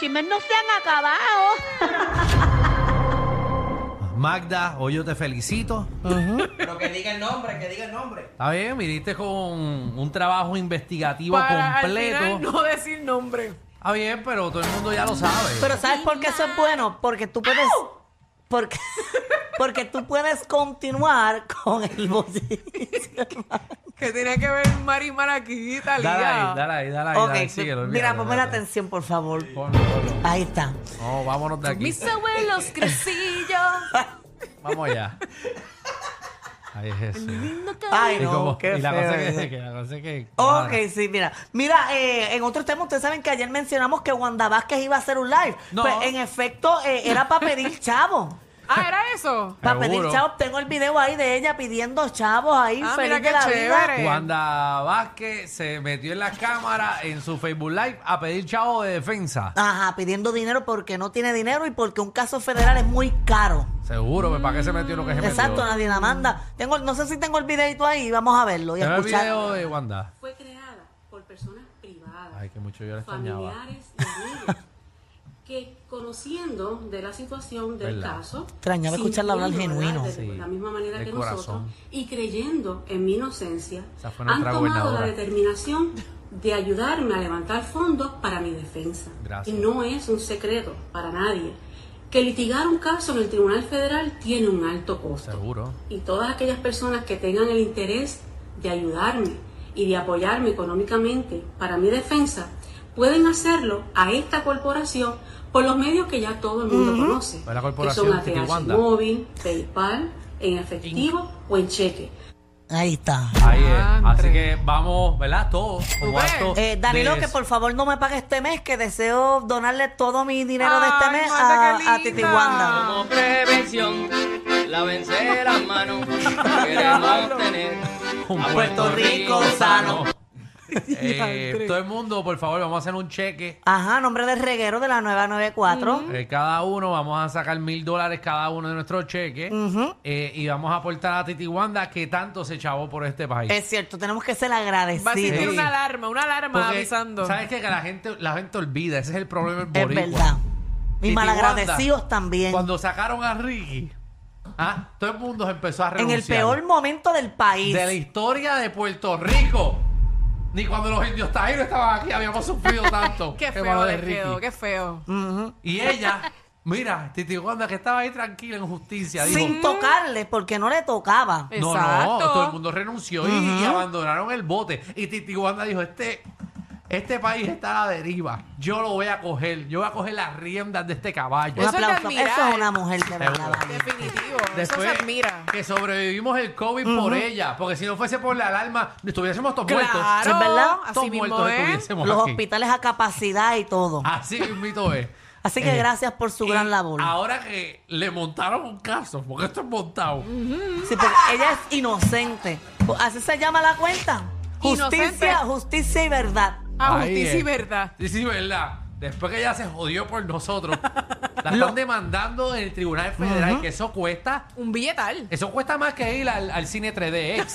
chismes no se han acabado. Magda, hoy yo te felicito. Pero que diga el nombre, que diga el nombre. Está bien, viniste con un trabajo investigativo Para completo. al final no decir nombre. Está bien, pero todo el mundo ya lo sabe. Pero ¿sabes por qué eso es bueno? Porque tú puedes... Porque, porque tú puedes continuar con el bullicio. Que tiene que ver Mari Maraquita, dale Lía. ahí, dale ahí, dale ahí. Ok, pues, dale ahí, síguelo, mira, olvídalo, ponme la olvídalo. atención, por favor. Ponlo, ponlo. Ahí está. No, vámonos de aquí. Mis abuelos crecí yo. Vamos allá. Ay, Jesús. Ay, Y no, como- qué y la cosa feo que, eso. que la cosa que Ok, sí, mira. Mira, eh, en otros temas, ustedes saben que ayer mencionamos que Wanda Vázquez iba a hacer un live. No. Pues en efecto, eh, era para pedir chavo. Ah, ¿era eso? Para pedir Seguro. chavos. Tengo el video ahí de ella pidiendo chavos ahí. Ah, feliz mira de qué la chévere. vida. Wanda Vázquez se metió en la cámara en su Facebook Live a pedir chavo de defensa. Ajá, pidiendo dinero porque no tiene dinero y porque un caso federal es muy caro. Seguro, pues, ¿para qué se metió lo que se metió? Exacto, nadie la manda. Tengo, no sé si tengo el videito ahí, vamos a verlo y Tengo el escuchar. video de Wanda. fue creada por personas privadas, Ay, que mucho yo la extrañaba. familiares y amigos, que conociendo de la situación del ¿Verdad? caso, Extrañaba escucharla hablar sintiendo, genuino. ¿verdad? De Sí, la misma manera de que corazón. nosotros, y creyendo en mi inocencia, Esa fue han nuestra tomado gobernadora. la determinación de ayudarme a levantar fondos para mi defensa. Gracias. Y no es un secreto para nadie que litigar un caso en el Tribunal Federal tiene un alto costo Seguro. y todas aquellas personas que tengan el interés de ayudarme y de apoyarme económicamente para mi defensa, pueden hacerlo a esta corporación por los medios que ya todo el mundo conoce, Pues La que corporación son Titi ATH Wanda. Móvil, PayPal, en efectivo o en cheque. Ahí está. Ahí es. Andre. Así que vamos, ¿verdad? Todos. como Ujú. actos Eh, Danilo, de- que por favor no me pague este mes, que deseo donarle todo mi dinero de este Ay, mes Wanda, qué a, a Titi linda. Wanda. Como prevención, la vencerá mano. Queremos tener Un a Puerto Rico sano. Eh, todo el mundo, por favor, vamos a hacer un cheque. Ajá, nombre del reguero de la 994. Eh, cada uno, vamos a sacar mil dólares cada uno de nuestros cheques. Mm. Eh, y vamos a aportar a Titi Wanda, que tanto se chavó por este país. Es cierto, tenemos que ser Va a existir agradecidos. Sí. una alarma, una alarma Porque, avisando. ¿Sabes qué? Que la gente, la gente olvida. Ese es el problema del Es boricua. verdad. Y Titi malagradecidos Wanda, también. Cuando sacaron a Ricky, ah, todo el mundo se empezó a En renunciar. el peor momento del país. de la historia de Puerto Rico. Ni cuando los indios taínos estaban aquí habíamos sufrido tanto. Qué Qué feo malo de le quedó, Ricky. Mm. qué feo. Ujú. Y ella, mira, Titi Wanda, que estaba ahí tranquila en justicia, dijo, Sin tocarle, porque no le tocaba. no, no, Exacto. todo el mundo renunció y, y abandonaron el bote. Y Titi Wanda dijo, este, este país está a la deriva, yo lo voy a coger, yo voy a coger las riendas de este caballo. Un Eso es de aplauso. admirar. Eso es una mujer de verdad. Seguro. vale. Definitivo. eso Después se admira. que sobrevivimos el COVID por ella, porque si no fuese por la alarma, estuviésemos todos muertos. Claro, Es verdad. así todos mismo ¿eh? muertos es. estuviésemos Los aquí. hospitales a capacidad y todo. Así mismito es. Así que Eh, gracias por su y gran labor. Ahora que le montaron un caso, porque esto es montado. Sí, porque ella es inocente. Así se llama la cuenta. Justicia, Inocente. justicia y verdad. A Ahí justicia es. y verdad. Sí, sí, verdad. Después que ella se jodió por nosotros, la están demandando en el Tribunal Federal, que eso cuesta, Un billetal. eso cuesta más que ir al, al cine 3DX.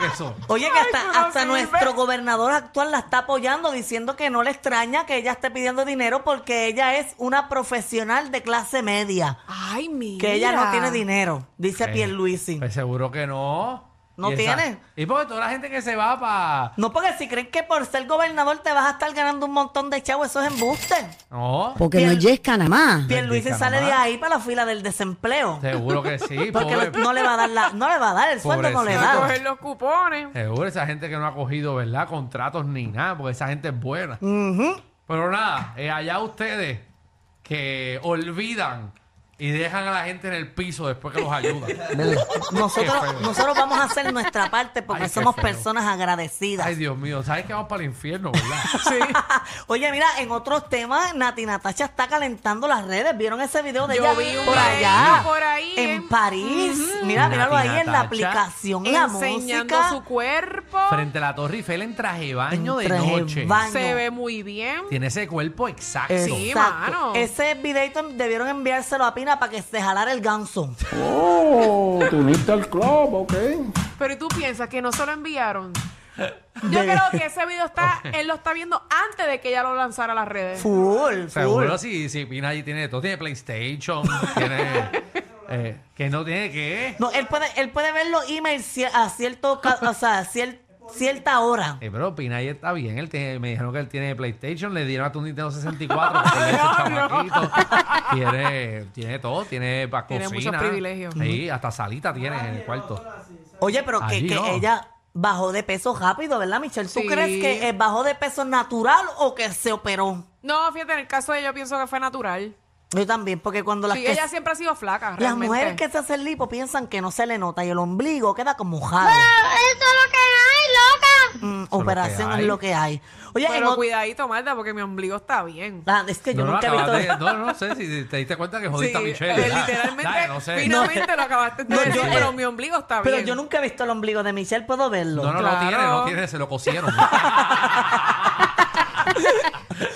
que eso. Oye, que hasta, tú no hasta sirves. nuestro gobernador actual la está apoyando diciendo que no le extraña que ella esté pidiendo dinero porque ella es una profesional de clase media. Ay, mira. Que ella no tiene dinero, dice Eh, Pierluisi. Pues seguro que no. No Y esa- tiene. Y porque toda la gente que se va para... No, porque si creen que por ser gobernador te vas a estar ganando un montón de chavos, eso es embuste. No, Porque no Piel- es yesca nada más. Pierluisi Bendita sale de nomás. ahí para la fila del desempleo. seguro que sí. Porque pobre. no le va a dar la, no le va a dar el sueldo, no le Pobrecito. Va a da. coger los cupones. Seguro esa gente que no ha cogido, ¿verdad? Contratos ni nada, porque esa gente es buena. Ujú. Pero nada, eh, allá ustedes que olvidan y dejan a la gente en el piso después que los ayudan. Qué Nosotros, feo. nosotros vamos a hacer nuestra parte porque Ay, qué somos feo. personas agradecidas. Ay, Dios mío, ¿sabes que vamos para el infierno, verdad? Sí. Oye, mira, en otros temas, Nati Natacha está calentando las redes. ¿Vieron ese video de Yo ella vi un por video allá? por ahí, ¿eh? En París. Mira, Nati míralo ahí en la Natacha aplicación, la Enseñando música. su cuerpo. Frente a la Torre Eiffel en traje de baño En de traje de noche. baño. Se ve muy bien. Tiene ese cuerpo exacto. Sí, Exacto. mano. Ese videito debieron enviárselo a Pina para que se jalara el ganso. Oh, tú uniste al club, ok. Pero ¿y tú piensas que no se lo enviaron? Yo De- creo que ese video está, él lo está viendo antes de que ella lo lanzara a las redes. Full, full. Seguro si, si Pina allí tiene todo. Tiene PlayStation, tiene... eh, que no tiene que... No, él puede, él puede ver los emails ci- a cierto, ca- o sea, a cier- cierta hora. Eh, pero Pina ahí está bien. Él tiene- me dijeron que él tiene PlayStation. Le dieron hasta un Nintendo 64. porque él es un chamaquito. tiene, tiene todo. Tiene para Tiene cocina. muchos privilegios. Sí, hasta salita tiene en el cuarto. Oye, pero que, Allí que no. ella bajó de peso rápido, ¿verdad, Michelle? ¿Tú Sí. crees que eh, bajó de peso natural o que se operó? No, fíjate, en el caso de ella yo pienso que fue natural. Yo también, porque cuando las, Sí, que- ella siempre ha sido flaca. las realmente. mujeres que se hacen lipo piensan que no se le nota y el ombligo queda como jado. Ah. Eso es lo que hay, loca. Mm, lo que operación hay. es lo que hay. Oye, en Pero ot- cuidadito, Marta, porque mi ombligo está bien. Ah, es que yo No, no, nunca he visto... acabas de- no, no sé si te diste cuenta que jodiste a Sí, Michelle. eh, Dale, literalmente, dale, no sé. finalmente lo acabaste de No, decir, yo- pero mi ombligo está Pero bien. yo nunca he visto el ombligo de Michelle, puedo verlo. No, no, no Claro. tiene, no tiene, se lo cosieron.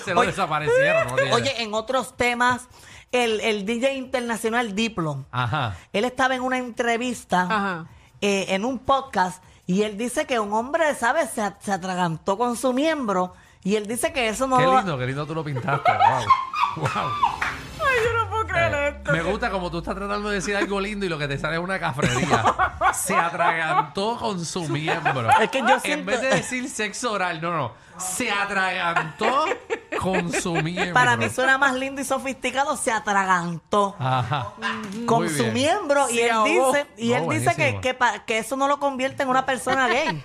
se lo desaparecieron, no tiene. Oye, en otros temas, el, el DJ internacional Diplo, Ajá. él estaba en una entrevista, Ajá. eh, en un podcast, y él dice que un hombre, ¿sabes? Se, a- se atragantó con su miembro, y él dice que eso no Qué lo... lindo, qué lindo tú lo pintaste. Wow. Wow. Ay, yo no puedo creer Eh, esto. me gusta como tú estás tratando de decir algo lindo y lo que te sale es una cafrería. Se atragantó con su miembro. Es que yo En siento- vez de decir sexo oral, no, no. Se atragantó con su miembro. Para mí suena más lindo y sofisticado, se atragantó. Ajá. Mm, con Ah, Muy su bien. miembro y Se él ahogó. dice y No, él dice que, buenísimo. que, pa- que eso no lo convierte en una persona gay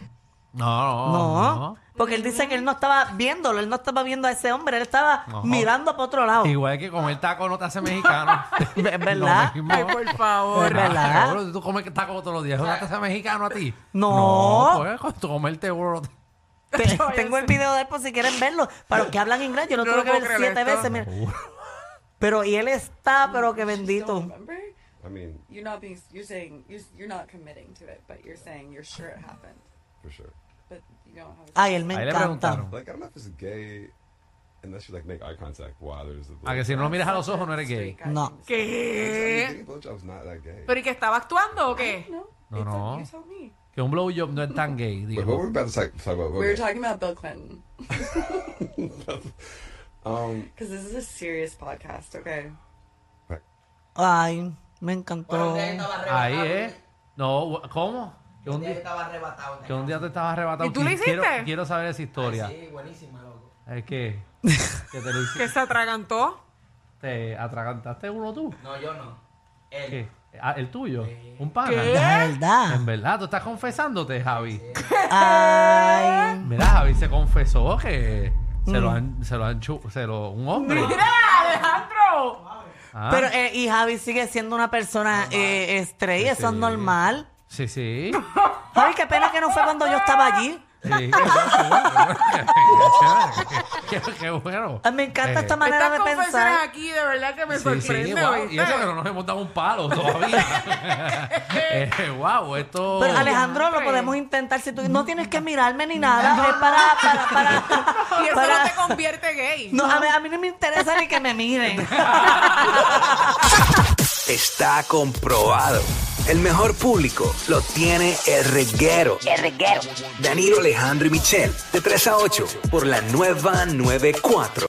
No, no, no. no. porque él dice que él no estaba viéndolo él no estaba viendo a ese hombre él estaba No. mirando para otro lado Igual que comer taco no te hace mexicano. Es verdad. Lo mismo. Ay, por favor. Es verdad. Cabrón, tú comes taco todos los días. ¿Eso no te hace mexicano a ti? No. No, pues, con tu comerte uno. Te- tengo el video de él por si quieren verlo para los que hablan inglés yo lo Yo tuve no que puedo ver creer siete esto. veces mira. pero y él está pero que bendito Remember? I mean, You're not being. You're saying you're, you're not committing to it, but you're saying you're sure it happened, for sure. but you don't have. A ay él me Ahí le encanta preguntaron. Like, I don't know if it's gay unless you like make eye contact. Wow, there's a A que si no lo miras a los ojos no eres gay. Straight guy no thing to say. ¿Qué? Getting blowjobs not that gay. ¿Pero y que estaba actuando o qué? No. No, it's no. Like, you told me. Que un blowjob no es tan gay. Wait, what were Digo. we about to talk, talk about? We were Okay. talking about Bill Clinton um, because this is a serious podcast. Okay. ay me Bueno, encantó un día yo estaba arrebatado. Ahí ¿eh? es. No, ¿cómo? Que un Un día yo día, estaba arrebatado. que un día te estabas arrebatado. ¿Y tú lo Qui- Quiero, hiciste? quiero saber esa historia. Sí, buenísima, loco. Es que, que te lo Que hiciste. se atragantó. ¿Te atragantaste uno tú? No, yo no. Él. ¿Qué? Ah, ¿El tuyo? ¿Un pana? la verdad En verdad, tú estás confesándote, Javi. ay Mm. Mira, Javi se confesó que se lo han, se lo han chu- se lo, un hombre. ¡Mira, Alejandro! Ah, Pero, eh, y Javi sigue siendo una persona eh, estrella, eso es Sí. normal. sí, sí. Javi, qué pena que no fue cuando yo estaba allí. Sí, qué bueno, qué bueno, qué- qué- qué bueno. Ay, Ah, Me encanta Eh, esta manera Estas de confesiones pensar. aquí, de verdad que me Sí, sorprende, sí, wow. ¿oíste? Y eso que no nos hemos dado un palo todavía. eh, wow, esto. Pero Alejandro, lo Hombre. podemos intentar. Si tú no tienes que mirarme ni nada, es para, para, para. Y eso para- no te convierte gay. No, a, mí, a mí no me interesa ni que me miren. Está comprobado. El mejor público lo tiene el reguero. El reguero. Danilo Alejandro y Michel, de 3 a 8, por la nueva 94.